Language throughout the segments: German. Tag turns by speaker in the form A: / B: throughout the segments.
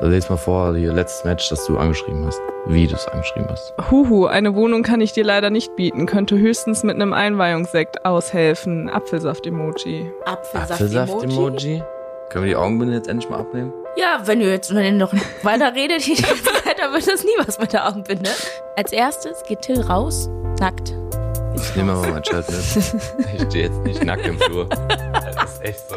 A: Also jetzt mal vor, hier letztes Match, das du angeschrieben hast, wie du es angeschrieben hast.
B: Huhu, eine Wohnung kann ich dir leider nicht bieten, könnte höchstens mit einem Einweihungssekt aushelfen. Apfelsaft-Emoji.
C: Apfelsaft-Emoji?
A: Apfelsaft-Emoji? Können wir die Augenbinde jetzt endlich mal abnehmen?
C: Ja, wenn ihr jetzt, wenn ihr noch weiter redet, die ganze Zeit, dann wird das nie was mit der Augenbinde. Als erstes geht Till raus, nackt.
A: Ich nehme mal mein Shirt mit. Ich stehe jetzt nicht nackt im Flur. Das ist echt so.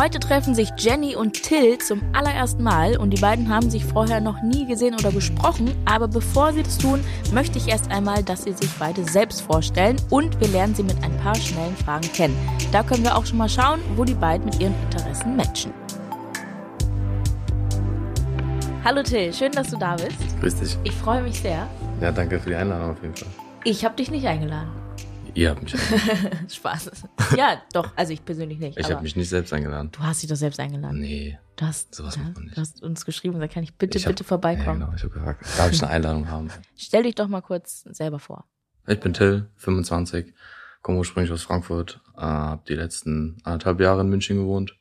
C: Heute treffen sich Jenny und Till zum allerersten Mal und die beiden haben sich vorher noch nie gesehen oder gesprochen. Aber bevor sie das tun, möchte ich erst einmal, dass sie sich beide selbst vorstellen und wir lernen sie mit ein paar schnellen Fragen kennen. Da können wir auch schon mal schauen, wo die beiden mit ihren Interessen matchen. Hallo Till, schön, dass du da bist.
A: Grüß dich.
C: Ich freue mich sehr.
A: Ja, danke für die Einladung auf jeden Fall.
C: Ich habe dich nicht eingeladen.
A: Ihr habt mich eingeladen.
C: Spaß. Ja, doch, also ich persönlich nicht.
A: Ich
C: aber
A: habe mich nicht selbst eingeladen.
C: du hast dich doch selbst eingeladen.
A: Nee.
C: Du hast,
A: Sowas
C: ja,
A: macht man nicht.
C: du hast uns geschrieben und gesagt, kann ich bitte,
A: ich hab-
C: bitte vorbeikommen.
A: Ja, genau, ich habe gefragt, darf ich eine Einladung haben?
C: Stell dich doch mal kurz selber vor.
A: Ich bin Till, 25, komme ursprünglich aus Frankfurt, äh, habe die letzten anderthalb Jahre in München gewohnt,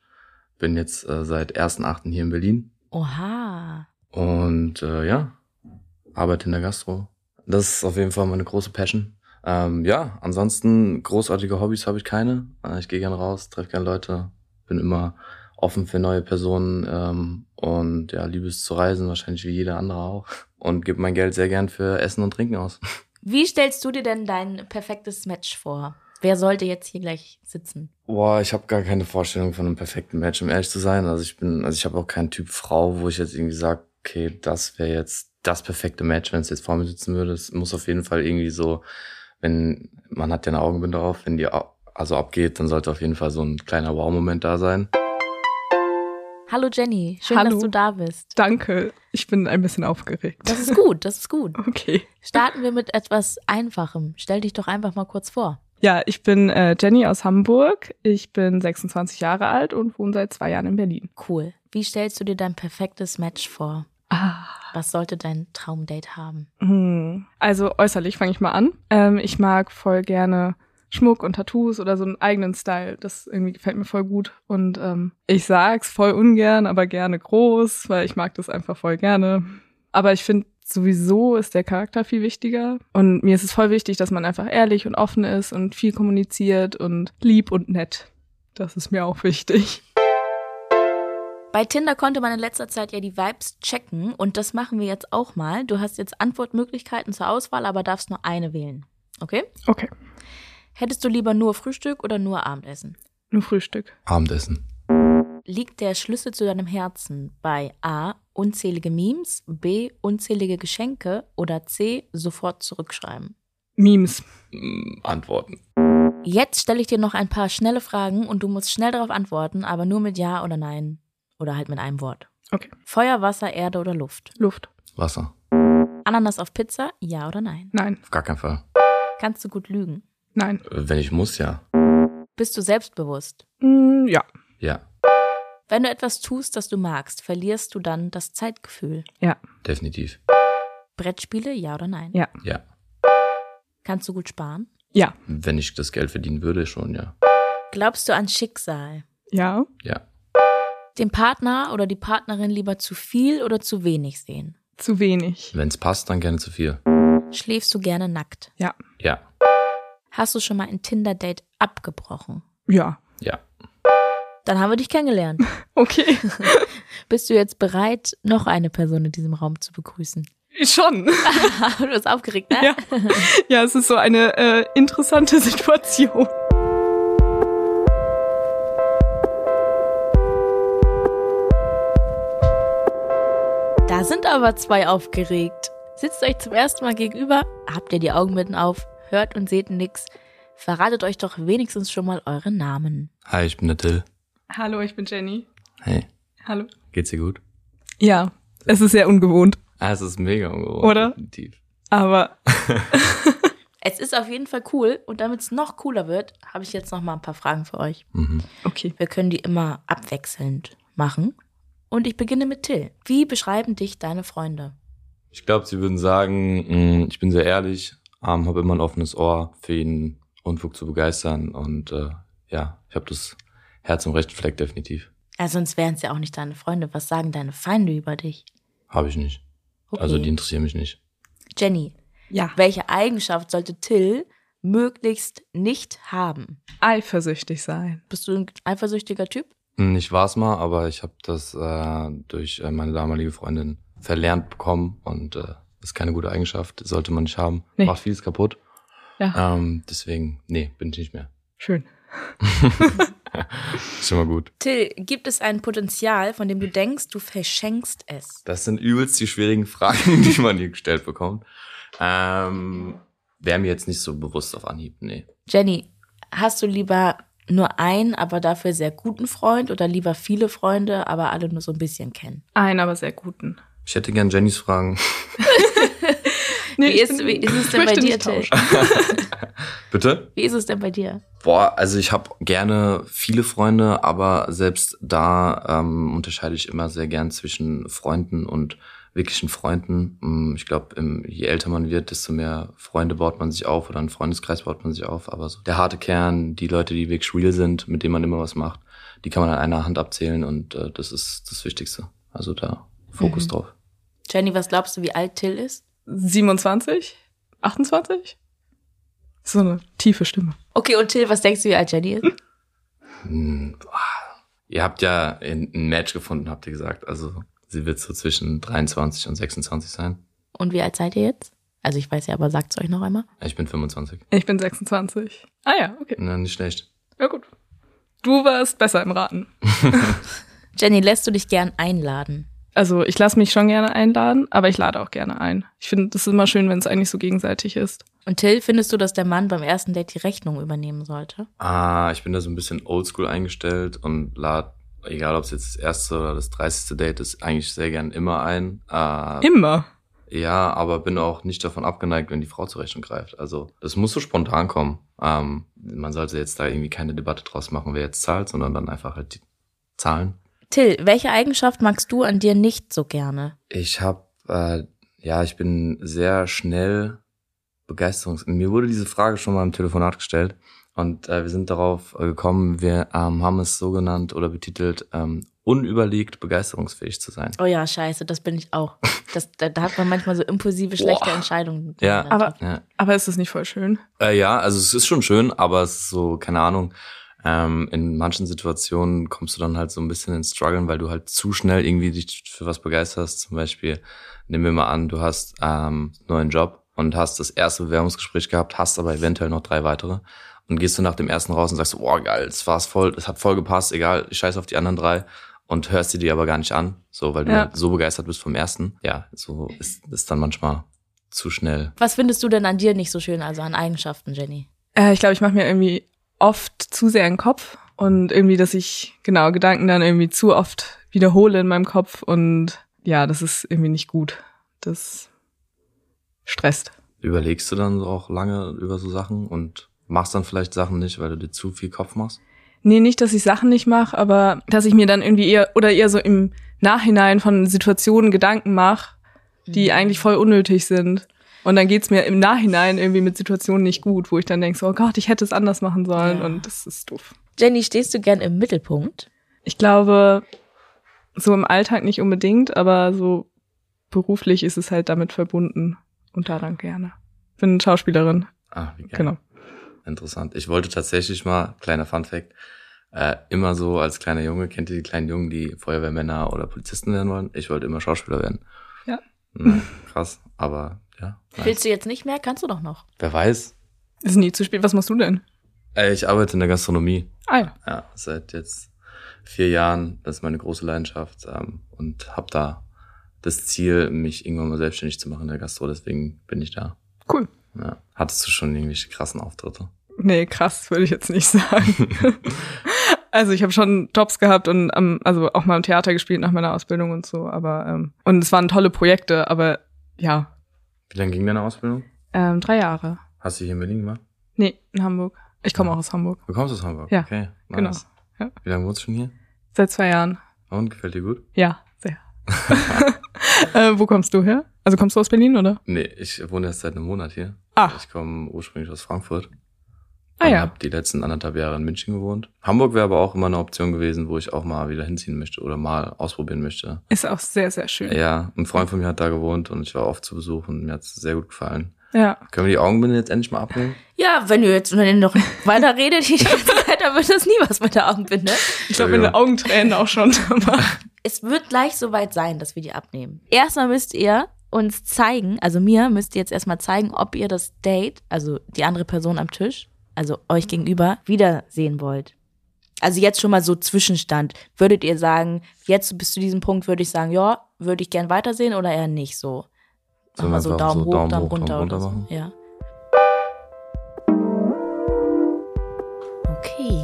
A: bin jetzt äh, seit 1.8. hier in Berlin
C: Oha.
A: und äh, ja, arbeite in der Gastro. Das ist auf jeden Fall meine große Passion. Ähm, ja, ansonsten großartige Hobbys habe ich keine. Äh, ich gehe gern raus, treffe gern Leute, bin immer offen für neue Personen ähm, und ja, liebe es zu reisen, wahrscheinlich wie jeder andere auch. Und gebe mein Geld sehr gern für Essen und Trinken aus.
C: Wie stellst du dir denn dein perfektes Match vor? Wer sollte jetzt hier gleich sitzen?
A: Boah, ich habe gar keine Vorstellung von einem perfekten Match, um ehrlich zu sein. Also ich bin, also ich habe auch keinen Typ Frau, wo ich jetzt irgendwie sage, okay, das wäre jetzt das perfekte Match, wenn es jetzt vor mir sitzen würde. Es muss auf jeden Fall irgendwie so, wenn man hat ja eine Augenbinde drauf, wenn die au- also abgeht, dann sollte auf jeden Fall so ein kleiner Wow-Moment da sein.
C: Hallo Jenny, schön,
B: Hallo.
C: dass du da bist.
B: Danke, ich bin ein bisschen aufgeregt.
C: Das ist gut, das ist gut.
B: Okay.
C: Starten wir mit etwas Einfachem. Stell dich doch einfach mal kurz vor.
B: Ja, ich bin äh, Jenny aus Hamburg. Ich bin 26 Jahre alt und wohne seit zwei Jahren in Berlin.
C: Cool. Wie stellst du dir dein perfektes Match vor?
B: Ah.
C: Was sollte dein Traumdate haben?
B: Hm. Also äußerlich fange ich mal an. Ähm, ich mag voll gerne Schmuck und Tattoos oder so einen eigenen Style. Das irgendwie gefällt mir voll gut. Und ähm, ich sag's voll ungern, aber gerne groß, weil ich mag das einfach voll gerne. Aber ich finde, sowieso ist der Charakter viel wichtiger. Und mir ist es voll wichtig, dass man einfach ehrlich und offen ist und viel kommuniziert und lieb und nett. Das ist mir auch wichtig.
C: Bei Tinder konnte man in letzter Zeit ja die Vibes checken und das machen wir jetzt auch mal. Du hast jetzt Antwortmöglichkeiten zur Auswahl, aber darfst nur eine wählen. Okay?
B: Okay,
C: Hättest du lieber nur Frühstück oder nur Abendessen?
B: nur Frühstück.
A: Abendessen.
C: Liegt der Schlüssel zu deinem Herzen bei A. Unzählige Memes, B. Unzählige Geschenke oder C. Sofort zurückschreiben?
B: Memes.
A: Mm, Antworten.
C: Jetzt stelle ich dir noch ein paar schnelle Fragen und du musst schnell darauf antworten, aber nur mit Ja oder Nein oder halt mit einem Wort.
B: Okay.
C: Feuer, Wasser, Erde oder Luft?
B: Luft.
A: Wasser.
C: Ananas auf Pizza, ja oder nein?
B: Nein.
A: Auf gar keinen Fall.
C: Kannst du gut lügen?
B: Nein.
A: Äh, Wenn ich muss, ja.
C: Bist du selbstbewusst?
B: Hm, ja.
A: Ja,
C: Wenn du etwas tust, das du magst, verlierst du dann das Zeitgefühl.
B: Ja.
A: definitiv.
C: Brettspiele, ja oder nein?
B: Ja.
A: Ja.
C: Kannst du gut sparen?
B: Ja.
A: Wenn ich das Geld verdienen würde, schon, ja.
C: Glaubst du an Schicksal?
B: Ja.
A: Ja.
C: Dem Partner oder die Partnerin lieber zu viel oder zu wenig sehen?
B: Zu wenig.
A: Wenn es passt, dann gerne zu viel.
C: Schläfst du gerne nackt?
B: Ja.
A: Ja.
C: Hast du schon mal ein Tinder-Date abgebrochen?
B: Ja.
A: Ja.
C: Dann haben wir dich kennengelernt.
B: Okay.
C: Bist du jetzt bereit, noch eine Person in diesem Raum zu begrüßen?
B: Schon.
C: du bist aufgeregt, ne?
B: Ja. Ja, es ist so eine äh, interessante Situation.
C: Da sind aber zwei aufgeregt. Sitzt euch zum ersten Mal gegenüber, habt ihr die Augenbinden auf, hört und seht nix. Verratet euch doch wenigstens schon mal eure Namen.
A: Hi, ich bin der Till.
B: Hallo, ich bin Jenny.
A: Hey,
B: Hallo.
A: geht's dir gut?
B: Ja, es ist sehr ungewohnt,
A: Ah, es ist mega ungewohnt.
B: Oder?
A: Definitiv.
B: aber
C: Es ist auf jeden Fall cool und damit es noch cooler wird, habe ich jetzt noch mal ein paar Fragen für euch.
A: Mhm.
B: okay.
C: Wir können die immer abwechselnd machen. Und ich beginne mit Till. Wie beschreiben dich deine Freunde?
A: Ich glaube, sie würden sagen, mh, ich bin sehr ehrlich, ähm, habe immer ein offenes Ohr für jeden Unfug zu begeistern und äh, ja, ich habe das Herz am rechten Fleck definitiv.
C: Ja, sonst wären es ja auch nicht deine Freunde. Was sagen deine Feinde über dich?
A: Habe ich nicht.
C: Okay.
A: Also die interessieren mich nicht.
C: Jenny,
B: Ja.
C: welche Eigenschaft sollte Till möglichst nicht haben?
B: Eifersüchtig sein.
C: Bist du ein eifersüchtiger Typ?
A: Hm, Ich war es mal, aber ich habe das äh, durch äh, meine damalige Freundin verlernt bekommen und äh, ist keine gute Eigenschaft, sollte man nicht haben.
B: Nee.
A: Macht vieles kaputt.
B: Ja.
A: Ähm, deswegen, nee, bin ich nicht mehr.
B: Schön.
A: Ist schon mal gut.
C: Till, gibt es ein Potenzial, von dem du denkst, du verschenkst es?
A: Das sind übelst die schwierigen Fragen, die man hier gestellt bekommt. Ähm, Wäre mir jetzt nicht so bewusst auf Anhieb, nee.
C: Jenny, hast du lieber nur einen, aber dafür sehr guten Freund oder lieber viele Freunde, aber alle nur so ein bisschen kennen?
B: Einen aber sehr guten.
A: Ich hätte gern Jennys Fragen.
B: Nee,
C: wie,
B: ich
C: ist,
B: bin-
C: wie ist es
B: ich
C: denn bei
B: möchte
C: dir,
B: nicht
C: Till?
B: tauschen.
A: Bitte?
C: Wie ist es denn bei dir?
A: Boah, also ich habe gerne viele Freunde, aber selbst da ähm, unterscheide ich immer sehr gern zwischen Freunden und wirklichen Freunden. Hm, Ich glaube, je älter man wird, desto mehr Freunde baut man sich auf oder einen Freundeskreis baut man sich auf. Aber so der harte Kern, die Leute, die wirklich real sind, mit denen man immer was macht, die kann man an einer Hand abzählen und äh, das ist das Wichtigste. Also da Fokus
C: Mhm.
A: drauf.
C: Jenny, was glaubst du, wie alt Till ist?
B: 27? 28? So eine tiefe Stimme.
C: Okay, und Till, was denkst du, wie alt Jenny ist?
A: Hm, boah. Ihr habt ja ein ein Match gefunden, habt ihr gesagt. Also sie wird so zwischen 23 und 26 sein.
C: Und wie alt seid ihr jetzt? Also ich weiß ja, aber sagt's euch noch einmal.
A: Ich bin 25.
B: Ich bin 26. Ah ja, okay.
A: Na, nicht schlecht.
B: Ja gut. Du warst besser im Raten.
C: Jenny, lässt du dich gern einladen?
B: Also ich lasse mich schon gerne einladen, aber ich lade auch gerne ein. Ich finde, das ist immer schön, wenn es eigentlich so gegenseitig ist.
C: Und Till, findest du, dass der Mann beim ersten Date die Rechnung übernehmen sollte?
A: Ah, ich bin da so ein bisschen oldschool eingestellt und lad, egal ob es jetzt das erste oder das 30. Date ist, eigentlich sehr gern immer ein. Äh,
B: Immer.
A: ja, aber bin auch nicht davon abgeneigt, wenn die Frau zur Rechnung greift. Also das muss so spontan kommen. Ähm, man sollte jetzt da irgendwie keine Debatte draus machen, wer jetzt zahlt, sondern dann einfach halt die Zahlen.
C: Till, welche Eigenschaft magst du an dir nicht so gerne?
A: Ich habe, äh, ja, ich bin sehr schnell begeisterungs... Mir wurde diese Frage schon mal im Telefonat gestellt und äh, wir sind darauf äh, gekommen, wir ähm, haben es so genannt oder betitelt, ähm, unüberlegt begeisterungsfähig zu sein.
C: Oh ja, scheiße, das bin ich auch. Das, da, da hat man manchmal so impulsive, schlechte Entscheidungen. die
A: Ja.
C: man dann
B: Aber-
C: trifft.
A: Ja,
B: Aber ist das nicht voll schön?
A: äh, ja also es ist schon schön, aber es ist so, keine Ahnung, ähm, in manchen Situationen kommst du dann halt so ein bisschen ins Struggeln, weil du halt zu schnell irgendwie dich für was begeisterst. Zum Beispiel, nehmen wir mal an, du hast ähm, einen neuen Job und hast das erste Bewerbungsgespräch gehabt, hast aber eventuell noch drei weitere. Und gehst du nach dem ersten raus und sagst, boah, geil, es war's voll, es hat voll gepasst, egal, ich scheiß auf die anderen drei. Und hörst dir die aber gar nicht an, so, weil du
B: Ja.
A: halt so begeistert bist vom ersten. Ja, so ist, ist dann manchmal zu schnell.
C: Was findest du denn an dir nicht so schön, also an Eigenschaften, Jenny?
B: Äh, ich glaube, ich mache mir irgendwie oft zu sehr einen Kopf und irgendwie, dass ich genau Gedanken dann irgendwie zu oft wiederhole in meinem Kopf und ja, das ist irgendwie nicht gut. Das stresst.
A: Überlegst du dann so auch lange über so Sachen und machst dann vielleicht Sachen nicht, weil du dir zu viel Kopf machst?
B: Nee, nicht, dass ich Sachen nicht mache, aber dass ich mir dann irgendwie eher oder eher so im Nachhinein von Situationen Gedanken mache,
C: Mhm.
B: die eigentlich voll unnötig sind. Und dann geht's mir im Nachhinein irgendwie mit Situationen nicht gut, wo ich dann denk so, oh Gott, ich hätte es anders machen sollen
C: Ja.
B: und das ist doof.
C: Jenny, stehst du gern im Mittelpunkt?
B: Ich glaube, so im Alltag nicht unbedingt, aber so beruflich ist es halt damit verbunden und daran gerne. Bin Schauspielerin,
A: Ah, wie geil.
B: genau.
A: Interessant. Ich wollte tatsächlich mal, kleiner Fun Fact, äh, immer so als kleiner Junge, kennt ihr die kleinen Jungen, die Feuerwehrmänner oder Polizisten werden wollen? Ich wollte immer Schauspieler werden.
B: Ja.
A: Na, krass, aber ja. Nein.
C: Willst du jetzt nicht mehr? Kannst du doch noch.
A: Wer weiß?
B: Ist nie zu spät. Was machst du denn?
A: Äh, ich arbeite in der Gastronomie.
B: Ah ja.
A: Ja, seit jetzt vier Jahren. Das ist meine große Leidenschaft ähm, und habe da das Ziel, mich irgendwann mal selbstständig zu machen in der Gastro. Deswegen bin ich da.
B: Cool.
A: Ja. Hattest du schon irgendwelche krassen Auftritte?
B: Nee, krass, würde ich jetzt nicht sagen. Also ich habe schon Jobs gehabt und ähm, also auch mal im Theater gespielt nach meiner Ausbildung und so, aber ähm, und es waren tolle Projekte, aber ja,
A: Wie lange ging deine Ausbildung?
B: ähm, drei Jahre.
A: Hast du hier in Berlin gemacht?
B: Nee, in Hamburg. Ich komme auch aus Hamburg.
A: Du kommst aus Hamburg?
B: Ja,
A: Okay,
B: genau, ja.
A: Wie lange wohnst du schon hier?
B: Seit zwei Jahren.
A: Und gefällt dir gut?
B: Ja, sehr. äh, wo kommst du her? Also kommst du aus Berlin, oder?
A: Nee, ich wohne erst seit einem Monat hier.
B: Ah,
A: Ich komme ursprünglich aus Frankfurt.
B: Ah,
A: und
B: ja.
A: habe die letzten anderthalb Jahre in München gewohnt. Hamburg wäre aber auch immer eine Option gewesen, wo ich auch mal wieder hinziehen möchte oder mal ausprobieren möchte.
B: ist auch sehr, sehr schön.
A: Ja, ein Freund von mir hat da gewohnt und ich war oft zu Besuch und mir hat's sehr gut gefallen.
B: ja.
A: Können wir die Augenbinde jetzt endlich mal abnehmen?
C: Ja, wenn ihr jetzt wenn ihr noch weiter redet, die ganze Zeit, dann wird das nie was mit der Augenbinde.
B: Ich glaube, meine
A: Ja.
B: Augentränen auch schon. Aber
C: Es wird gleich soweit sein, dass wir die abnehmen. Erstmal müsst ihr uns zeigen, also mir müsst ihr jetzt erstmal zeigen, ob ihr das Date, also die andere Person am Tisch, also euch gegenüber, wiedersehen wollt. Also jetzt schon mal so Zwischenstand. Würdet ihr sagen, jetzt bis zu diesem Punkt würde ich sagen, ja, würde ich gern weitersehen oder eher nicht so? Mach
A: Sollen
C: mal
A: wir
C: so
A: einfach
C: Daumen
A: so
C: hoch,
A: Daumen
C: Daumen
A: hoch,
C: runter,
A: Daumen
C: oder so.
A: runter
C: Ja. Okay.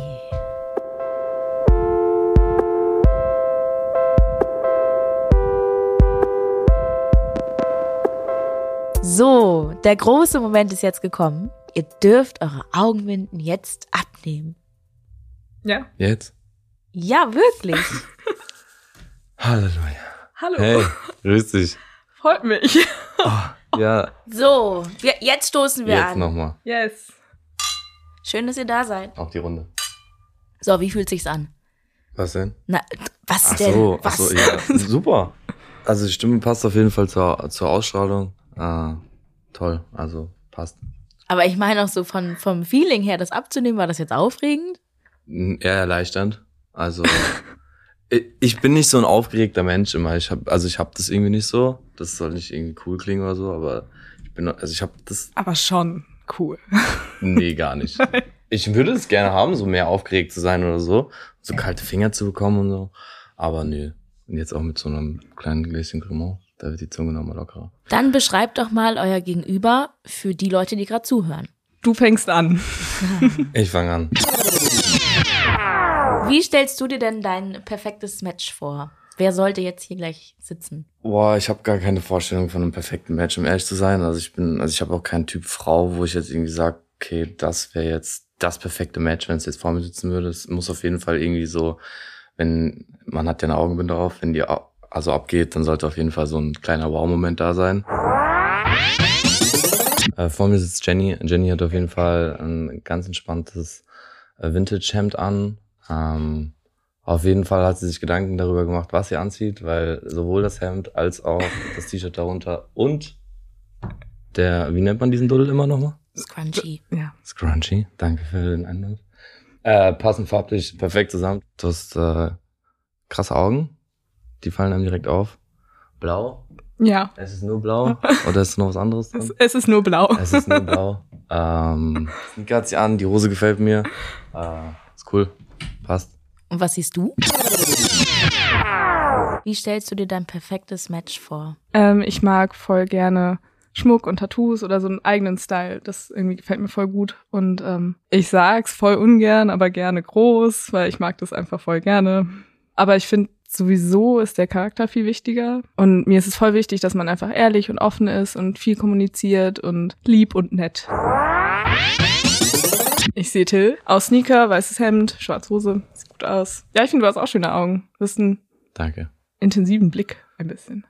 C: So, der große Moment ist jetzt gekommen. Ihr dürft eure Augenwinden jetzt abnehmen.
B: ja.
A: Jetzt?
C: Ja, wirklich.
A: Halleluja.
B: Hallo.
A: Hey, grüß dich.
B: Freut mich.
A: Ja,
C: So, wir, jetzt stoßen wir
A: jetzt
C: an.
A: nochmal.
B: Yes.
C: Schön, dass ihr da seid.
A: Auf die Runde.
C: So, wie fühlt sich's an?
A: Was denn?
C: Na, was
A: Ach
C: denn?
A: so, ach
C: was?
A: so, ja, super. Also die Stimme passt auf jeden Fall zur, zur Ausstrahlung. Ah, toll, also passt.
C: Aber ich meine auch so von, vom Feeling her, das abzunehmen, war das jetzt aufregend?
A: N- Eher erleichternd. Also i- ich bin nicht so ein aufgeregter Mensch immer. Ich hab, also ich habe das irgendwie nicht so. Das soll nicht irgendwie cool klingen oder so, aber ich bin, also ich habe das
B: Aber schon cool.
A: Nee, gar nicht. Ich würde es gerne haben, so mehr aufgeregt zu sein oder so. So kalte Finger zu bekommen und so. Aber nö. Und jetzt auch mit so einem kleinen Gläschen Cremant. Da wird die Zunge nochmal lockerer.
C: Dann beschreibt doch mal euer Gegenüber für die Leute, die gerade zuhören.
B: Du fängst an.
A: Ich fange an.
C: Wie stellst du dir denn dein perfektes Match vor? Wer sollte jetzt hier gleich sitzen?
A: Boah, ich habe gar keine Vorstellung von einem perfekten Match, um ehrlich zu sein. Also ich bin, also ich habe auch keinen Typ Frau, wo ich jetzt irgendwie sage, okay, das wäre jetzt das perfekte Match, wenn es jetzt vor mir sitzen würde. Es muss auf jeden Fall irgendwie so, wenn man hat ja eine Augenbinde auf, wenn die au- also abgeht, dann sollte auf jeden Fall so ein kleiner Wow-Moment da sein. Äh, vor mir sitzt Jenny. Jenny hat auf jeden Fall ein ganz entspanntes äh, Vintage-Hemd an. Ähm, auf jeden Fall hat sie sich Gedanken darüber gemacht, was sie anzieht, weil sowohl das Hemd als auch das T-Shirt darunter und der, wie nennt man diesen Duddel immer nochmal?
C: Scrunchy.
B: Ja.
A: Scrunchy. Danke für den Einwand. Äh, passen farblich perfekt zusammen. Du hast äh, krasse Augen. Die fallen einem direkt auf. Blau.
B: Ja.
A: Es ist nur blau. Oder ist noch was anderes dran?
B: Es, es ist nur blau.
A: Es ist nur blau. ähm, Sneaker hat sie an. Die Hose gefällt mir. Äh, ist cool. Passt.
C: Und was siehst du? Wie stellst du dir dein perfektes Match vor?
B: Ähm, ich mag voll gerne Schmuck und Tattoos oder so einen eigenen Style. Das irgendwie gefällt mir voll gut. Und ähm, ich sag's voll ungern, aber gerne groß, weil ich mag das einfach voll gerne. Aber ich finde, sowieso ist der Charakter viel wichtiger. Und mir ist es voll wichtig, dass man einfach ehrlich und offen ist und viel kommuniziert und lieb und nett. Ich sehe Till aus Sneaker, weißes Hemd, schwarze Hose. Sieht gut aus. Ja, ich finde, du hast auch schöne Augen. Du hast einen
A: Danke.
B: intensiven Blick, ein bisschen.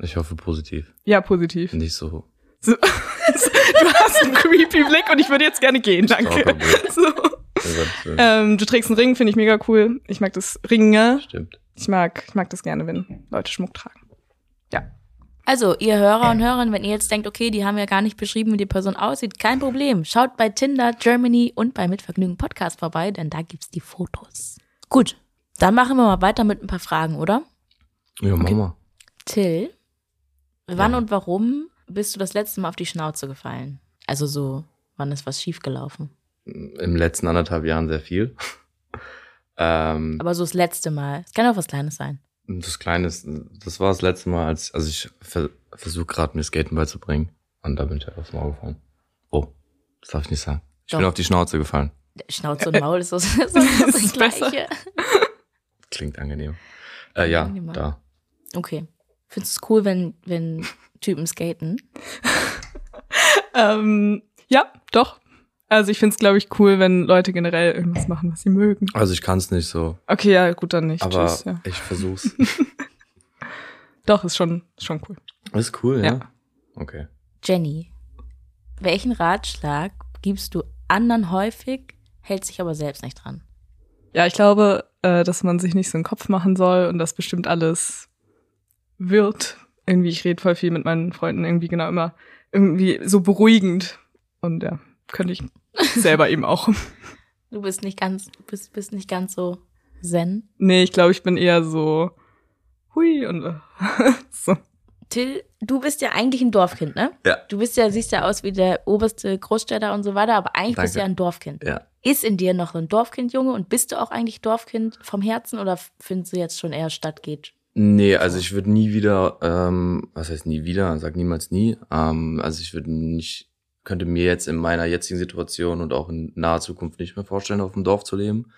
A: Ich hoffe positiv.
B: Ja, positiv.
A: Nicht so
B: So, du hast einen creepy Blick und ich würde jetzt gerne gehen, danke.
A: Stalkerblick.
B: So.
A: Um Gottes Willen.
B: Ähm, du trägst einen Ring, finde ich mega cool. Ich mag das Ringe.
A: Stimmt.
B: Ich mag, ich mag das gerne, wenn Leute Schmuck tragen.
C: Also, ihr Hörer und Hörerinnen, wenn ihr jetzt denkt, okay, die haben ja gar nicht beschrieben, wie die Person aussieht, kein Problem. Schaut bei Tinder, Germany und bei Mitvergnügen Podcast vorbei, denn da gibt's die Fotos. Gut, dann machen wir mal weiter mit ein paar Fragen, oder?
A: Ja, Mama.
C: Till, wann
A: Ja.
C: und warum bist du das letzte Mal auf die Schnauze gefallen? Also so, wann ist was schiefgelaufen?
A: Im letzten anderthalb Jahren sehr viel. ähm,
C: Aber so das letzte Mal. Es kann auch was Kleines sein.
A: das Kleine ist, das war das letzte Mal, als also ich ver versuche gerade mir Skaten beizubringen. Und da bin ich halt aufs Maul gefallen. Oh, das darf ich nicht sagen. Ich bin
C: Doch.
A: auf die Schnauze gefallen.
C: Schnauze und Maul ist das, ist das, das
B: Ist besser.
C: Gleiche.
A: Klingt angenehm. Äh, ja,
C: Angenehmer.
A: da.
C: Okay. Findest du es cool, wenn, wenn Typen skaten?
B: Ähm, ja, doch. Also ich find's, glaube ich, cool, wenn Leute generell irgendwas machen, was sie mögen.
A: Also ich kann es nicht so,
B: Okay, ja, gut, dann nicht.
A: aber
B: Tschüss. Ja.
A: ich versuch's.
B: Doch, ist schon, ist schon cool.
A: Ist cool, ja?
B: Ja.
A: Okay.
C: Jenny, welchen Ratschlag gibst du anderen häufig, hält sich aber selbst nicht dran?
B: Ja, ich glaube, äh, dass man sich nicht so einen Kopf machen soll und dass bestimmt alles wird. Irgendwie, ich rede voll viel mit meinen Freunden irgendwie genau immer irgendwie so beruhigend. Und ja, könnte ich selber eben auch.
C: Du bist nicht ganz, bist, bist nicht ganz so zen.
B: Nee, ich glaube, ich bin eher so hui und äh, so.
C: Till, du bist ja eigentlich ein Dorfkind, ne?
A: Ja.
C: Du bist ja, siehst ja aus wie der oberste Großstädter und so weiter, aber eigentlich bist du
A: Danke.
C: ja ein Dorfkind.
A: Ja.
C: Ist in dir noch ein Dorfkindjunge und bist du auch eigentlich Dorfkind vom Herzen oder findest du jetzt schon eher Stadt geht?
A: Nee, also ich würde nie wieder, ähm, was heißt nie wieder, sag niemals nie. Ähm, also ich würde nicht, könnte mir jetzt in meiner jetzigen Situation und auch in naher Zukunft nicht mehr vorstellen, auf dem Dorf zu leben.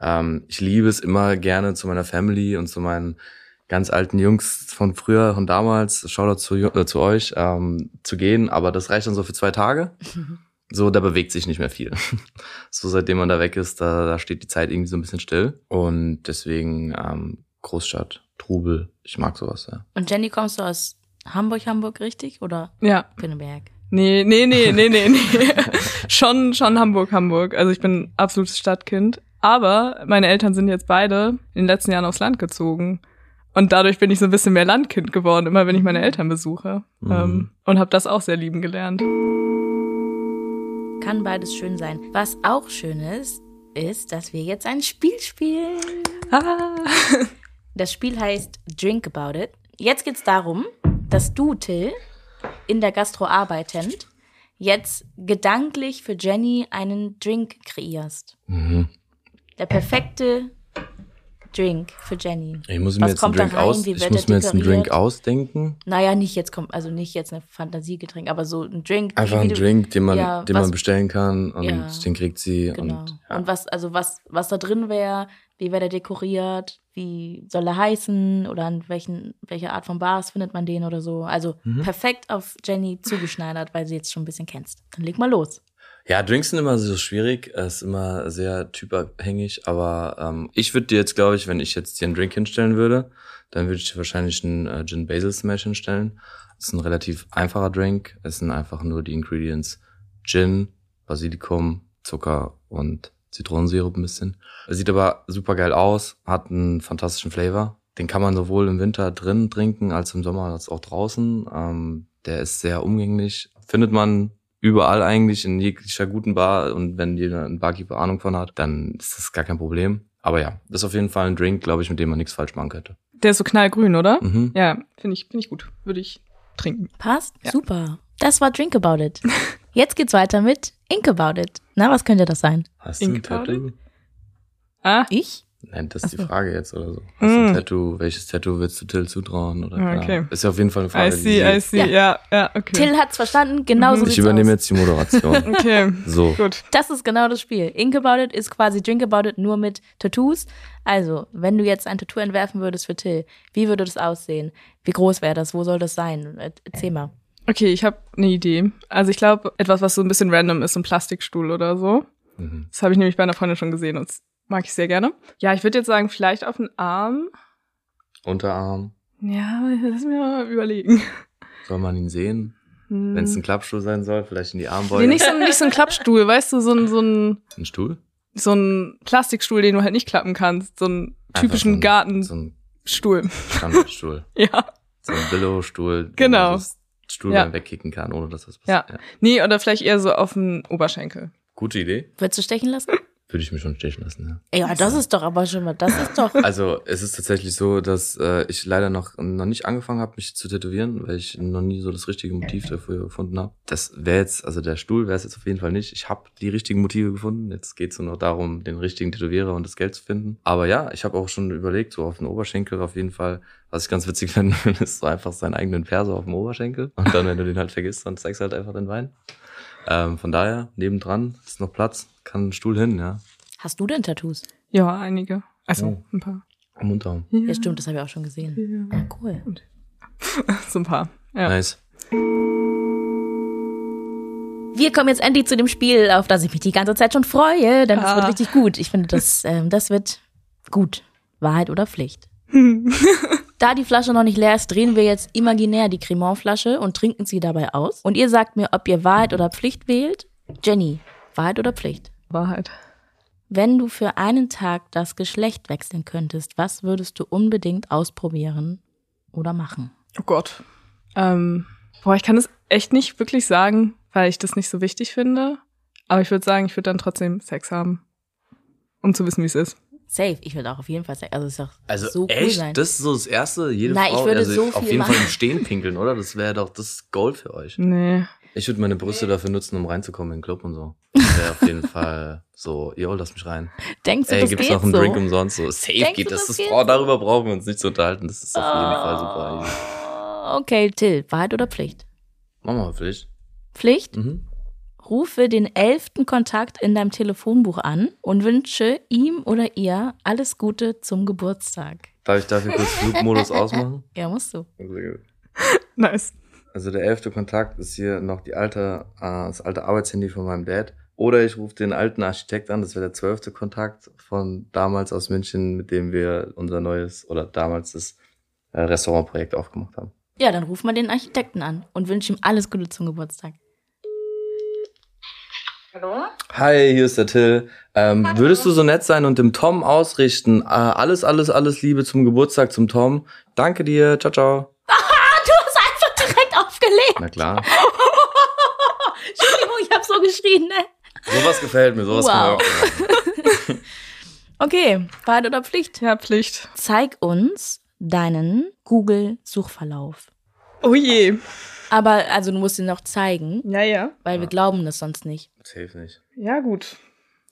A: Ähm, ich liebe es immer gerne zu meiner Family und zu meinen ganz alten Jungs von früher, von damals, Shoutout zu, Ju- äh, zu euch, ähm, zu gehen, aber das reicht dann so für zwei Tage. So, da bewegt sich nicht mehr viel. so, seitdem man da weg ist, da, da steht die Zeit irgendwie so ein bisschen still. Und deswegen ähm, Großstadt, Trubel, ich mag sowas, ja.
C: Und Jenny, kommst du aus Hamburg, Hamburg, richtig? Oder
B: Ja,
C: Pinneberg?
B: Nee, nee, nee, nee, nee, nee. schon, schon Hamburg, Hamburg. Also ich bin absolutes Stadtkind. Aber meine Eltern sind jetzt beide in den letzten Jahren aufs Land gezogen. Und dadurch bin ich so ein bisschen mehr Landkind geworden, immer wenn ich meine Eltern besuche.
A: Mhm.
B: Ähm, und habe das auch sehr lieben gelernt.
C: Kann beides schön sein. Was auch schön ist, ist, dass wir jetzt ein Spiel spielen.
B: Ah.
C: Das Spiel heißt Drink About It. Jetzt geht's darum, dass du, Till, in der Gastro arbeitend, jetzt gedanklich für Jenny einen Drink kreierst.
A: Mhm.
C: Der perfekte Drink für Jenny.
A: Ich muss
C: Was
A: mir jetzt einen
C: kommt da
A: Drink
C: rein?
A: aus,
C: Wie
A: ich
C: wird der
A: muss mir jetzt einen Drink
C: dekoriert?
A: ausdenken.
C: Naja, nicht jetzt kommt, also nicht jetzt eine Fantasiegetränk, aber so ein Drink.
A: Einfach
C: wie
A: einen
C: du-
A: Drink, den man,
C: Ja,
A: den
C: was-
A: man bestellen kann und
C: Ja.
A: den kriegt sie.
C: Genau.
A: Und, ja.
C: Und was, also was, was da drin wäre, wie wäre der dekoriert, wie soll er heißen oder an welchen, welche Art von Bars findet man den oder so. Also
A: Mhm.
C: perfekt auf Jenny zugeschneidert, weil sie jetzt schon ein bisschen kennst. Dann leg mal los.
A: ja, Drinks sind immer so schwierig, ist immer sehr typabhängig, aber ähm, ich würde dir jetzt, glaube ich, wenn ich jetzt dir einen Drink hinstellen würde, dann würde ich dir wahrscheinlich einen äh, Gin Basil Smash hinstellen. Ist ein relativ einfacher Drink. Es sind einfach nur die Ingredients Gin, Basilikum, Zucker und Zitronensirup ein bisschen. Sieht aber super geil aus, hat einen fantastischen Flavor. Den kann man sowohl im Winter drin trinken als im Sommer als auch draußen. Ähm, der ist sehr umgänglich. Findet man überall eigentlich in jeglicher guten Bar und wenn jeder ein Barkeeper Ahnung von hat, dann ist das gar kein Problem. Aber ja, das ist auf jeden Fall ein Drink, glaube ich, mit dem man nichts falsch machen könnte.
B: Der ist so knallgrün, oder?
A: Mhm.
B: Ja, finde ich, finde ich gut. Würde ich trinken.
C: Passt?
B: Ja.
C: Super. Das war Drink About It. Jetzt geht's weiter mit Ink About It. Na, was könnte das sein?
A: Hast du ein
B: Ink
A: Tattoo?
B: Powder? Ah,
C: Ich?
A: Nein, das ist die
C: Ach so.
A: Frage jetzt oder so. Hast du ein
B: Mm.
A: Tattoo? Welches Tattoo willst du Till zutrauen? Oder
B: Ah,
A: keine
B: okay.
A: Ahnung. Ist ja auf jeden Fall eine Frage.
B: I
A: die
B: see,
A: sie-
B: I see. Ja, ja, okay.
C: Till hat's verstanden, genau so
A: Mhm. ich
C: sieht's
A: übernehme
C: aus.
A: jetzt die Moderation.
B: Okay,
A: so.
B: gut.
C: Das ist genau das Spiel. Ink About It ist quasi Drink About It nur mit Tattoos. Also, wenn du jetzt ein Tattoo entwerfen würdest für Till, wie würde das aussehen? Wie groß wäre das? Wo soll das sein? Äh, Erzähl mal.
B: Okay, ich habe eine Idee. Also ich glaube, etwas, was so ein bisschen random ist, ein Plastikstuhl oder so.
A: Mhm.
B: Das habe ich nämlich bei einer Freundin schon gesehen und das mag ich sehr gerne. Ja, ich würde jetzt sagen, vielleicht auf den Arm.
A: Unterarm.
B: Ja, lass mir mal überlegen.
A: Soll man ihn sehen?
B: Hm.
A: Wenn es ein Klappstuhl sein soll, vielleicht in die Armbeuge.
B: nee, nicht so, nicht so ein Klappstuhl, weißt du, so ein, so ein,
A: Ein Stuhl?
B: so ein Plastikstuhl, den du halt nicht klappen kannst. So einen typischen
A: Einfach So ein,
B: Gartenstuhl.
A: so ein Standardstuhl.
B: Ja.
A: so ein Billo-Stuhl.
B: Genau.
A: Wo man das Stuhl
B: Ja.
A: dann wegkicken kann, ohne dass was passiert. Ja.
B: Nee, oder vielleicht eher so auf den Oberschenkel.
A: Gute Idee.
C: Würdest du stechen lassen?
A: Würde ich mich schon stechen lassen, ja.
C: Ja, das ist doch aber schon mal, das ist doch.
A: Also es ist tatsächlich so, dass äh, ich leider noch, noch nicht angefangen habe, mich zu tätowieren, weil ich noch nie so das richtige Motiv dafür gefunden habe. Das wäre jetzt, also der Stuhl wäre es jetzt auf jeden Fall nicht. Ich habe die richtigen Motive gefunden. Jetzt geht's nur noch darum, den richtigen Tätowierer und das Geld zu finden. Aber ja, ich habe auch schon überlegt, so auf den Oberschenkel auf jeden Fall. Was ich ganz witzig fände, ist so einfach seinen eigenen Perso auf dem Oberschenkel. Und dann, wenn du den halt vergisst, dann zeigst du halt einfach den Wein. Ähm, von daher, nebendran ist noch Platz. kann ein Stuhl hin, ja.
C: Hast du denn Tattoos?
B: Ja, einige. Also
A: Oh.
B: ein paar.
A: Am Unterarm.
B: Hier,
C: Ja, stimmt, das habe ich auch schon gesehen.
B: hier.
C: Ah, cool.
B: So ein paar. Ja.
A: Nice.
C: Wir kommen jetzt endlich zu dem Spiel, auf das ich mich die ganze Zeit schon freue, denn das
B: Ah.
C: wird richtig gut. Ich finde, das, ähm, das wird gut. Wahrheit oder Pflicht. Da die Flasche noch nicht leer ist, drehen wir jetzt imaginär die Cremant-Flasche und trinken sie dabei aus. Und ihr sagt mir, ob ihr Wahrheit oder Pflicht wählt. Jenny, Wahrheit oder Pflicht?
B: Wahrheit.
C: Wenn du für einen Tag das Geschlecht wechseln könntest, was würdest du unbedingt ausprobieren oder machen?
B: Oh Gott. Ähm, boah, ich kann es echt nicht wirklich sagen, weil ich das nicht so wichtig finde. Aber ich würde sagen, ich würde dann trotzdem Sex haben. Um zu wissen, wie es ist.
C: Safe, ich würde auch auf jeden Fall sagen, also es ist doch
A: Also
C: so cool
A: echt?
C: sein.
A: Das ist so das Erste? Jede
C: Nein, ich
A: Frau,
C: würde
A: also
C: so
A: auf
C: viel
A: jeden Fall
C: machen.
A: im Stehen pinkeln, oder? Das wäre doch das Goal für euch.
B: Nee.
A: Ich würde meine Brüste dafür nutzen, um reinzukommen in den Club und so. Das wäre auf jeden Fall so, yo, lass mich rein.
C: Denkst du,
A: Ey,
C: das
A: gibt's
C: geht
A: noch einen
C: so?
A: Drink umsonst? So, safe
C: Denkst
A: geht
C: du,
A: das.
C: das
A: das
C: geht
A: oh, darüber brauchen wir uns nicht zu unterhalten. Das ist auf jeden Fall
C: Oh.
A: super.
C: Ah, Okay, Till, Wahrheit oder Pflicht?
A: Machen wir mal Pflicht.
C: Pflicht,
A: Mhm.
C: rufe den elften Kontakt in deinem Telefonbuch an und wünsche ihm oder ihr alles Gute zum Geburtstag.
A: Darf ich dafür kurz Flugmodus ausmachen?
C: Ja, musst du.
B: Nice.
A: Also der elfte Kontakt ist hier noch die alte, äh, das alte Arbeitshandy von meinem Dad. Oder ich rufe den alten Architekt an, das wäre der zwölfte Kontakt von damals aus München, mit dem wir unser neues oder damals das äh, Restaurantprojekt aufgemacht haben.
C: Ja, dann ruf mal den Architekten an und wünsche ihm alles Gute zum Geburtstag.
A: Hi, hier ist der Till. Ähm, würdest du so nett sein und dem Tom ausrichten? Äh, alles, alles, alles Liebe zum Geburtstag zum Tom. Danke dir. Ciao, ciao.
C: Du hast einfach direkt aufgelegt.
A: Na klar.
C: Entschuldigung, ich habe so geschrien, ne?
A: Sowas gefällt mir, sowas
C: Wow.
A: kann man auch.
C: Okay, Wahrheit oder Pflicht?
B: Ja, Pflicht.
C: Zeig uns deinen Google-Suchverlauf.
B: Oh je.
C: Aber also du musst ihn noch zeigen,
B: Ja, ja.
C: weil wir
A: Ja.
C: glauben das sonst nicht.
A: Das hilft nicht.
B: Ja, gut.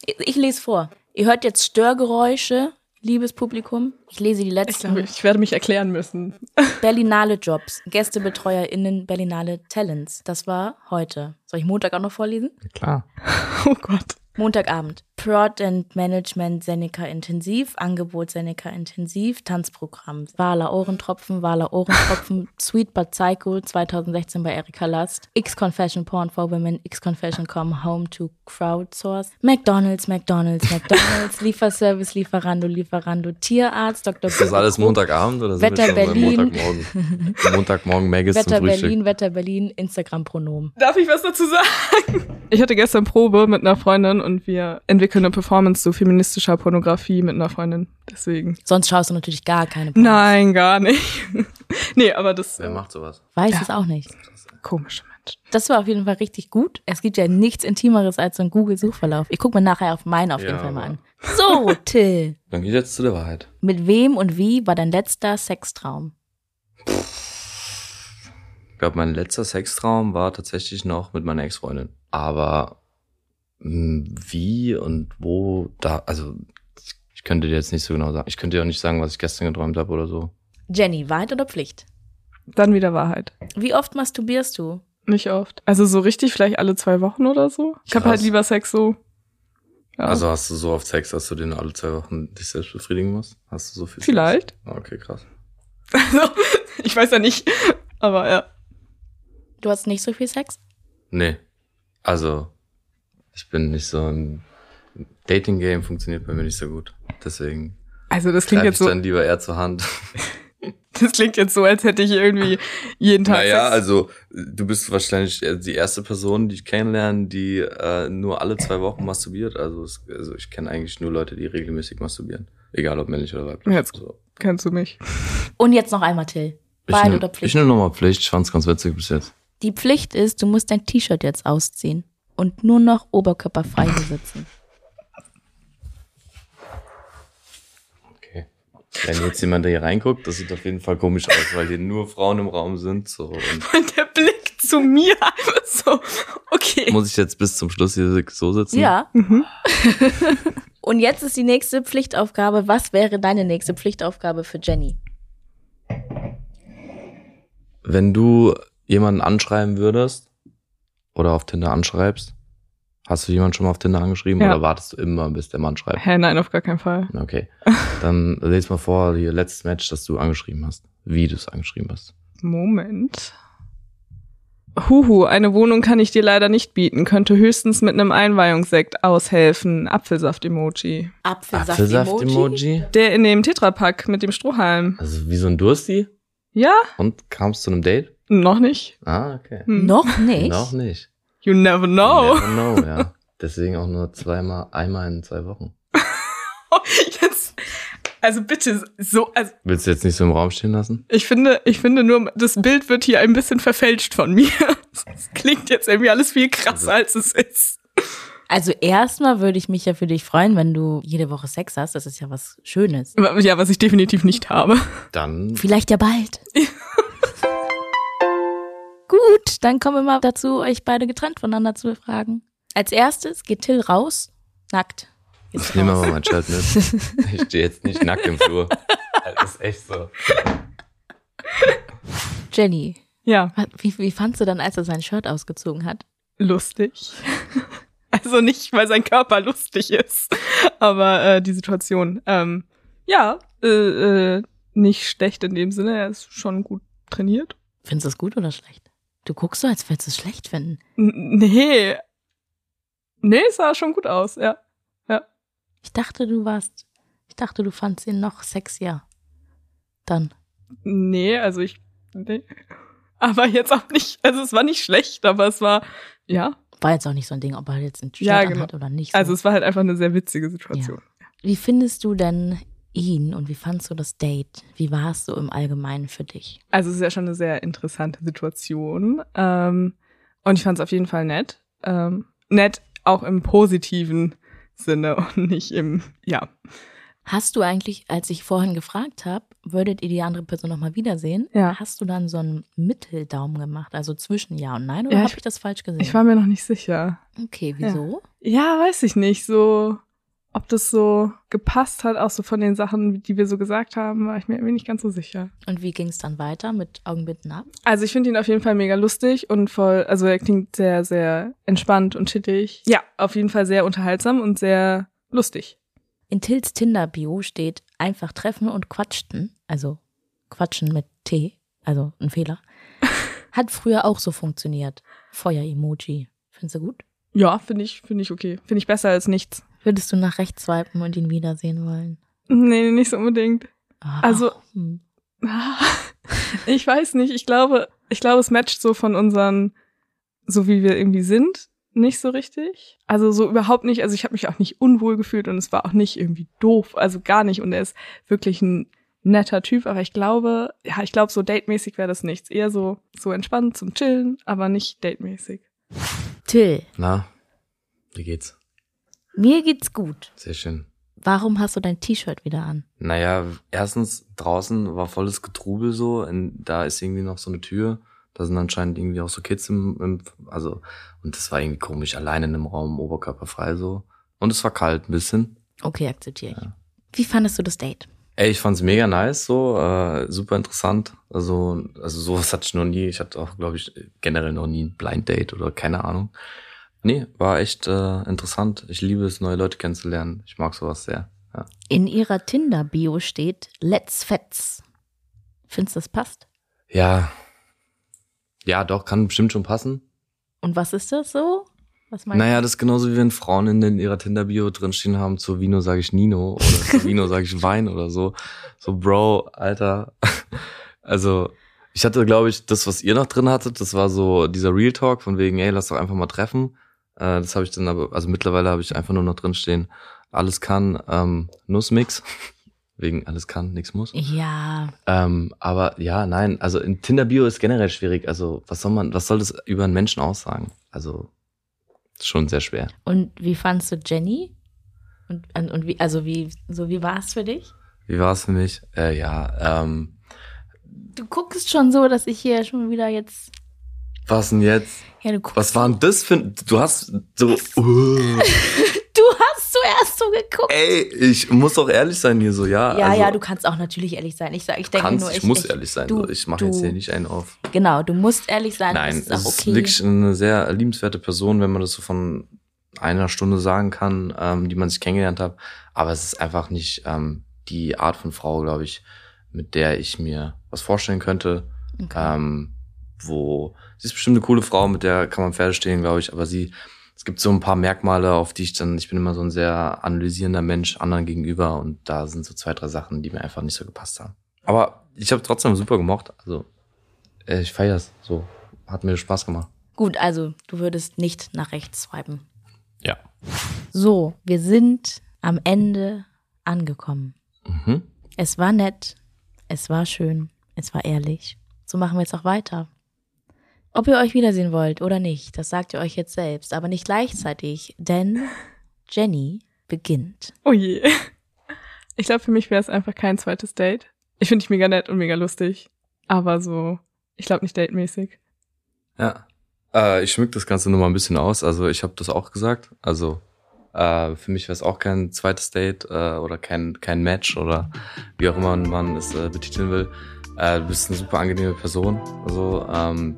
C: Ich, ich lese vor. Ihr hört jetzt Störgeräusche, liebes Publikum. Ich lese die
B: Ich
C: letzten
B: glaube, ich werde mich erklären müssen.
C: Berlinale Jobs, GästebetreuerInnen, Berlinale Talents. Das war heute. Soll ich Montag auch noch vorlesen?
A: Na klar.
B: Oh Gott.
C: Montagabend. Prod and Management Seneca Intensiv, Angebot Seneca Intensiv, Tanzprogramm. Wahler Ohrentropfen, Wahler Ohrentropfen, Sweet But Psycho 2016 bei Erika Last, X-Confession Porn for Women, X-Confession Come Home to Crowdsource, McDonalds, McDonalds, McDonalds, Lieferservice, Lieferando, Lieferando, Tierarzt, Dr.
A: Ist das alles Montagabend oder sind
C: Wetter
A: wir schon
C: Berlin.
A: beim Montagmorgen? Montagmorgen Maggis zum
C: Wetter
A: Frühstück.
C: Berlin, Wetter Berlin, Instagram-Pronomen.
B: Darf ich was dazu sagen? Ich hatte gestern Probe mit einer Freundin und wir entwickeln eine Performance zu feministischer Pornografie mit einer Freundin. Deswegen.
C: Sonst schaust du natürlich gar keine Pornos.
B: Nein, gar nicht. nee, aber das
A: Wer macht sowas?
C: Weiß es auch nicht.
B: komische Menschen.
C: Das war auf jeden Fall richtig gut. Es gibt ja nichts Intimeres als so ein Google-Suchverlauf. Ich gucke mir nachher auf meinen auf
A: Ja,
C: jeden Fall mal
A: aber-
C: an. So, Till.
A: Dann geht jetzt zu der Wahrheit.
C: Mit wem und wie war dein letzter Sextraum?
A: Ich glaube, mein letzter Sextraum war tatsächlich noch mit meiner Ex-Freundin. Aber mh, wie und wo, da, also ich könnte dir jetzt nicht so genau sagen. Ich könnte dir auch nicht sagen, was ich gestern geträumt habe oder so.
C: Jenny, Wahrheit oder Pflicht?
B: Dann wieder Wahrheit.
C: Wie oft masturbierst du?
B: Nicht oft. Also so richtig vielleicht alle zwei Wochen oder so. Ich habe
A: Krass.
B: halt lieber Sex so. Ja.
A: Also hast du so oft Sex, dass du den alle zwei Wochen dich selbst befriedigen musst? Hast du so viel
B: Vielleicht.
A: Sex? Okay, krass.
B: Also, ich weiß ja nicht. Aber ja.
C: Du hast nicht so viel Sex?
A: Nee. Also, ich bin nicht so ein Dating-Game funktioniert bei mir nicht so gut. Deswegen
B: Also das klingt
A: greife ich
B: jetzt so,
A: dann lieber eher zur Hand.
B: das klingt jetzt so, als hätte ich irgendwie jeden Tag
A: Naja,
B: Sex.
A: also du bist wahrscheinlich die erste Person, die ich kennenlerne, die äh, nur alle zwei Wochen masturbiert. Also, es, also ich kenne eigentlich nur Leute, die regelmäßig masturbieren. Egal ob männlich oder weiblich.
B: Jetzt-
A: So.
B: Kennst du mich?
C: Und jetzt noch einmal, Till.
A: Ich
C: Wahrheit
A: nehm-
C: oder Pflicht?
A: Ich nehme nochmal Pflicht. Ich fand's ganz witzig bis jetzt.
C: Die Pflicht ist, du musst dein T-Shirt jetzt ausziehen und nur noch oberkörperfrei hier sitzen.
A: Okay. Wenn jetzt jemand hier reinguckt, das sieht auf jeden Fall komisch aus, weil hier nur Frauen im Raum sind. So. Und
B: Der Blick zu mir. So, okay.
A: muss ich jetzt bis zum Schluss hier so sitzen?
C: Ja.
B: Mhm.
C: Und jetzt ist die nächste Pflichtaufgabe. Was wäre deine nächste Pflichtaufgabe für Jenny?
A: Wenn du jemanden anschreiben würdest oder auf Tinder anschreibst, Hast du jemanden schon mal auf Tinder angeschrieben
B: Ja.
A: oder wartest du immer, bis der Mann schreibt?
B: Hä, nein, auf gar keinen Fall.
A: Okay. Dann lese mal vor, hier letztes Match, das du angeschrieben hast. Wie du es angeschrieben hast.
B: Moment. Huhu, eine Wohnung kann ich dir leider nicht bieten. Könnte höchstens mit einem Einweihungssekt aushelfen. Apfelsaft-Emoji.
C: Apfelsaft-Emoji.
A: Apfelsaft-Emoji?
B: Der in dem Tetrapack mit dem Strohhalm.
A: Also wie so ein Dursti?
B: Ja?
A: Und kamst zu einem Date?
B: Noch nicht?
A: Ah, okay.
B: Hm.
C: Noch nicht?
A: Noch nicht.
B: You never know.
A: Never know, ja. Deswegen auch nur zweimal, einmal in zwei Wochen.
B: Jetzt, also bitte, so, also
A: Willst du jetzt nicht so im Raum stehen lassen?
B: ich finde, ich finde nur, das Bild wird hier ein bisschen verfälscht von mir. Es klingt jetzt irgendwie alles viel krasser, als es ist.
C: Also erstmal würde ich mich ja für dich freuen, wenn du jede Woche Sex hast. Das ist ja was Schönes.
B: Ja, was ich definitiv nicht habe.
A: Dann
C: Vielleicht ja bald. Gut, dann kommen wir mal dazu, euch beide getrennt voneinander zu fragen. Als erstes geht Till raus, nackt. Geht's
A: ich nehme
C: raus.
A: aber mein Shirt mit. Ich stehe jetzt nicht nackt im Flur. Das ist echt so.
C: Jenny,
B: Ja,
C: wa- wie, wie fandst du dann, als er sein Shirt ausgezogen hat?
B: lustig. Also nicht, weil sein Körper lustig ist, aber äh, die Situation. Ähm, ja, äh, äh, nicht schlecht in dem Sinne. Er ist schon gut trainiert.
C: Findest du es gut oder schlecht? Du guckst so, als würdest du es schlecht finden.
B: N nee. Nee, sah schon gut aus, ja.
C: Ich dachte, du warst, ich dachte, du fandst ihn noch sexier. Dann.
B: Nee, also ich. Nee. Aber jetzt auch nicht. Also es war nicht schlecht, aber es war. Ja.
C: War jetzt auch nicht so ein Ding, ob er jetzt ein Shirt
B: Ja, genau.
C: anhat oder nicht. So.
B: Also es war halt einfach eine sehr witzige Situation.
C: Wie findest du denn ihn und wie fandst du das Date? Wie war es so im Allgemeinen für dich?
B: Also es ist ja schon eine sehr interessante Situation. Ähm, und ich fand es auf jeden Fall nett. Ähm, nett auch im positiven Sinne und nicht im, ja.
C: Hast du eigentlich, als ich vorhin gefragt habe, würdet ihr die andere Person nochmal wiedersehen?
B: Ja.
C: Hast du dann so einen Mitteldaumen gemacht, also zwischen Ja und Nein, oder
B: Ja,
C: habe
B: ich-
C: ich das falsch gesehen?
B: Ich war mir noch nicht sicher.
C: okay, wieso?
B: Ja, weiß ich nicht. So, ob das so gepasst hat, auch so von den Sachen, die wir so gesagt haben, war ich mir irgendwie nicht ganz so sicher.
C: Und wie ging es dann weiter mit Augenbinden ab?
B: Also ich finde ihn auf jeden Fall mega lustig und voll, also er klingt sehr, sehr entspannt und chillig. Ja, auf jeden Fall sehr unterhaltsam und sehr lustig.
C: In Tills Tinder-Bio steht einfach treffen und quatschten, also quatschen mit T, also ein Fehler. Hat früher auch so funktioniert. Feuer-Emoji. Findest du gut?
B: Ja, finde ich, finde ich okay. Finde ich besser als nichts.
C: Würdest du nach rechts swipen und ihn wiedersehen wollen?
B: Nee, nicht so unbedingt.
C: Ah,
B: Also-
C: hm.
B: Ich weiß nicht. Ich glaube, ich glaube, es matcht so von unseren, so wie wir irgendwie sind, nicht so richtig. Also so überhaupt nicht. Also ich habe mich auch nicht unwohl gefühlt und es war auch nicht irgendwie doof. Also gar nicht. Und er ist wirklich ein netter Typ. Aber ich glaube, ja, ich glaube, so datemäßig wäre das nichts. Eher so, so entspannt zum Chillen, aber nicht datemäßig.
C: Till,
A: Na, wie geht's?
C: mir geht's gut.
A: Sehr schön.
C: Warum hast du dein T-Shirt wieder an?
A: Naja, erstens, draußen war volles Getrubel so, und da ist irgendwie noch so eine Tür. Da sind anscheinend irgendwie auch so Kids im, im also, und das war irgendwie komisch, alleine in einem Raum, oberkörperfrei so. Und es war kalt ein bisschen.
C: Okay, akzeptiere ich.
A: Ja.
C: Wie fandest du das Date?
A: Ey, ich fand's mega nice, so, äh, super interessant. Also, also sowas hatte ich noch nie. Ich hatte auch, glaube ich, generell noch nie ein Blind Date oder keine Ahnung. Nee, war echt äh, interessant. Ich liebe es, neue Leute kennenzulernen. Ich mag sowas sehr. Ja.
C: In ihrer Tinder-Bio steht Let's Fetz. Findest du, das passt?
A: ja. Ja, doch, kann bestimmt schon passen.
C: Und was ist das so? Was meinst
A: Naja, das ist genauso wie wenn Frauen in, den- ihrer Tinder-Bio drinstehen haben, zu Vino sage ich Nino oder zu Vino sage ich Wein oder so. So, Bro, Alter. Also, ich hatte, glaube ich, das, was ihr noch drin hattet, das war so dieser Real Talk von wegen, ey, lass doch einfach mal treffen. Äh, das habe ich dann aber, also mittlerweile habe ich einfach nur noch drinstehen, alles kann, ähm, Nussmix. Wegen alles kann, nix muss.
C: du? Ja,
A: Ähm, aber ja, nein, also in Tinder-Bio ist generell schwierig. Also, was soll man, was soll das über einen Menschen aussagen? Also, ist schon sehr schwer.
C: und wie fandst du Jenny? Und, und, und wie, also wie, so wie war es für dich?
A: Wie war es für mich? Äh, ja, ähm,
C: Du guckst schon so, dass ich hier schon wieder jetzt.
A: was denn jetzt?
C: Ja, du guckst.
A: Was war denn das für ein, du hast so, uh,
C: Du hast zuerst so geguckt.
A: ey, ich muss auch ehrlich sein hier so, ja.
C: Ja,
A: also,
C: ja, du kannst auch natürlich ehrlich sein. Ich sag, ich denke
A: kannst,
C: nur,
A: ich, muss ehrlich sein, so. ich mache
C: du-
A: jetzt hier nicht einen auf.
C: Genau, du musst ehrlich sein.
A: Nein,
C: das ist auch
A: es ist
C: okay.
A: wirklich eine sehr liebenswerte Person, wenn man das so von einer Stunde sagen kann, ähm, die man sich kennengelernt hat. Aber es ist einfach nicht ähm, die Art von Frau, glaube ich, mit der ich mir was vorstellen könnte.
C: Okay.
A: Ähm, wo sie ist bestimmt eine coole Frau, mit der kann man Pferde stehen, glaube ich. Aber sie, es gibt so ein paar Merkmale, auf die ich dann, ich bin immer so ein sehr analysierender Mensch anderen gegenüber und da sind so zwei, drei Sachen, die mir einfach nicht so gepasst haben. Aber ich habe trotzdem super gemocht. Also äh, ich feiere es. So hat mir Spaß gemacht.
C: Gut, also du würdest nicht nach rechts swipen.
A: Ja.
C: So, wir sind am Ende angekommen.
A: Mhm.
C: Es war nett, es war schön, es war ehrlich. So machen wir jetzt auch weiter. Ob ihr euch wiedersehen wollt oder nicht, das sagt ihr euch jetzt selbst, aber nicht gleichzeitig, denn Jenny beginnt.
B: Oh je. Ich glaube, für mich wäre es einfach kein zweites Date. Ich finde dich mega nett und mega lustig. Aber so, ich glaube nicht datemäßig.
A: Ja. Äh, ich schmück das Ganze nur mal ein bisschen aus. Also ich habe das auch gesagt. Also äh, für mich wäre es auch kein zweites Date äh, oder kein, kein Match oder wie auch immer man es äh, betiteln will. Äh, du bist eine super angenehme Person. Also ähm,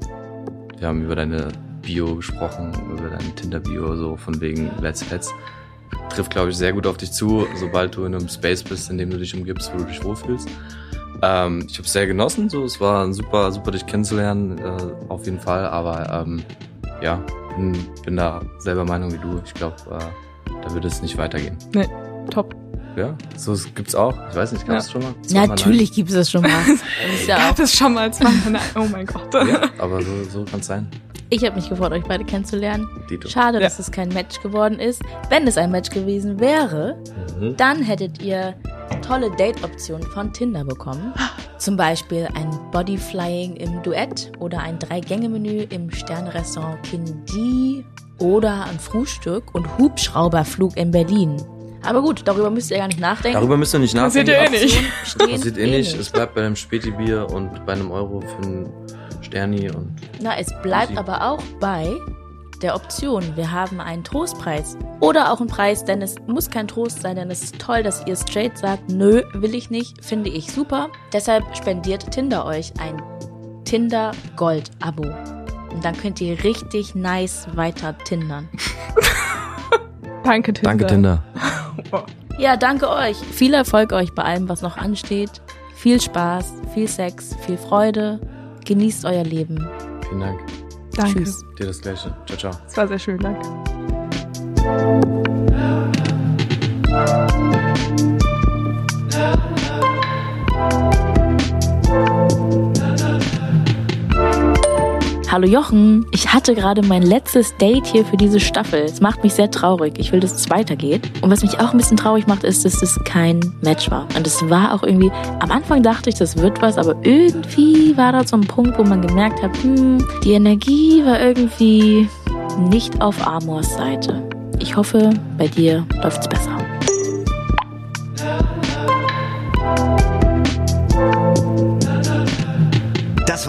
A: wir haben über deine Bio gesprochen, über dein Tinder-Bio, so von wegen Let's Pets. Trifft, glaube ich, sehr gut auf dich zu, sobald du in einem Space bist, in dem du dich umgibst, wo du dich wohlfühlst. Ähm, ich habe es sehr genossen, so es war ein super, super dich kennenzulernen, äh, auf jeden Fall. Aber ähm, ja, bin, bin da selber Meinung wie du. Ich glaube, äh, da würde es nicht weitergehen.
B: Top.
A: Ja, so es gibt's auch. Ich weiß nicht, gab es schon mal? Zweimal
C: Natürlich gibt es das schon mal. Ist ja
B: Gab
C: auch.
B: es schon mal zweimal? Nein, Oh mein Gott.
A: nein? Ja, aber so, so kann's sein.
C: Ich habe mich gefreut, euch beide kennenzulernen.
A: Dito.
C: Schade,
B: Ja.
C: dass es kein Match geworden ist. Wenn es ein Match gewesen wäre,
A: Mhm.
C: dann hättet ihr tolle Date-Optionen von Tinder bekommen. Zum Beispiel ein Bodyflying im Duett oder ein Drei-Gänge-Menü im Sternrestaurant Kindi oder ein Frühstück und Hubschrauberflug in Berlin. Aber gut, darüber müsst ihr gar nicht nachdenken.
A: Darüber müsst ihr nicht
B: Passiert
A: nachdenken.
B: ja
A: Die
B: eh nicht.
A: Optionen
C: Stehen
A: Passiert eh nicht. Es bleibt bei einem Späti-Bier und bei einem Euro für einen Sterni und
C: Na, es bleibt
A: Sie-
C: aber auch bei der Option. Wir haben einen Trostpreis oder auch einen Preis, denn es muss kein Trost sein, denn es ist toll, dass ihr straight sagt, nö, will ich nicht, finde ich super. Deshalb spendiert Tinder euch ein Tinder Gold Abo. Und dann könnt ihr richtig nice weiter tindern.
B: Danke, Tinder.
A: Danke, Tinder.
C: Ja, danke euch. Viel Erfolg euch bei allem, was noch ansteht. Viel Spaß, viel Sex, viel Freude. Genießt euer Leben.
A: Vielen Dank.
B: Danke.
C: Tschüss.
A: Dir das Gleiche. Ciao, ciao.
B: Es war sehr schön, danke.
C: Hallo Jochen, ich hatte gerade mein letztes Date hier für diese Staffel. Es macht mich sehr traurig. Ich will, dass es weitergeht. Und was mich auch ein bisschen traurig macht, ist, dass es kein Match war. Und es war auch irgendwie, am Anfang dachte ich, das wird was, aber irgendwie war da so ein Punkt, wo man gemerkt hat, hm, die Energie war irgendwie nicht auf Amors Seite. Ich hoffe, bei dir läuft's besser.
D: Das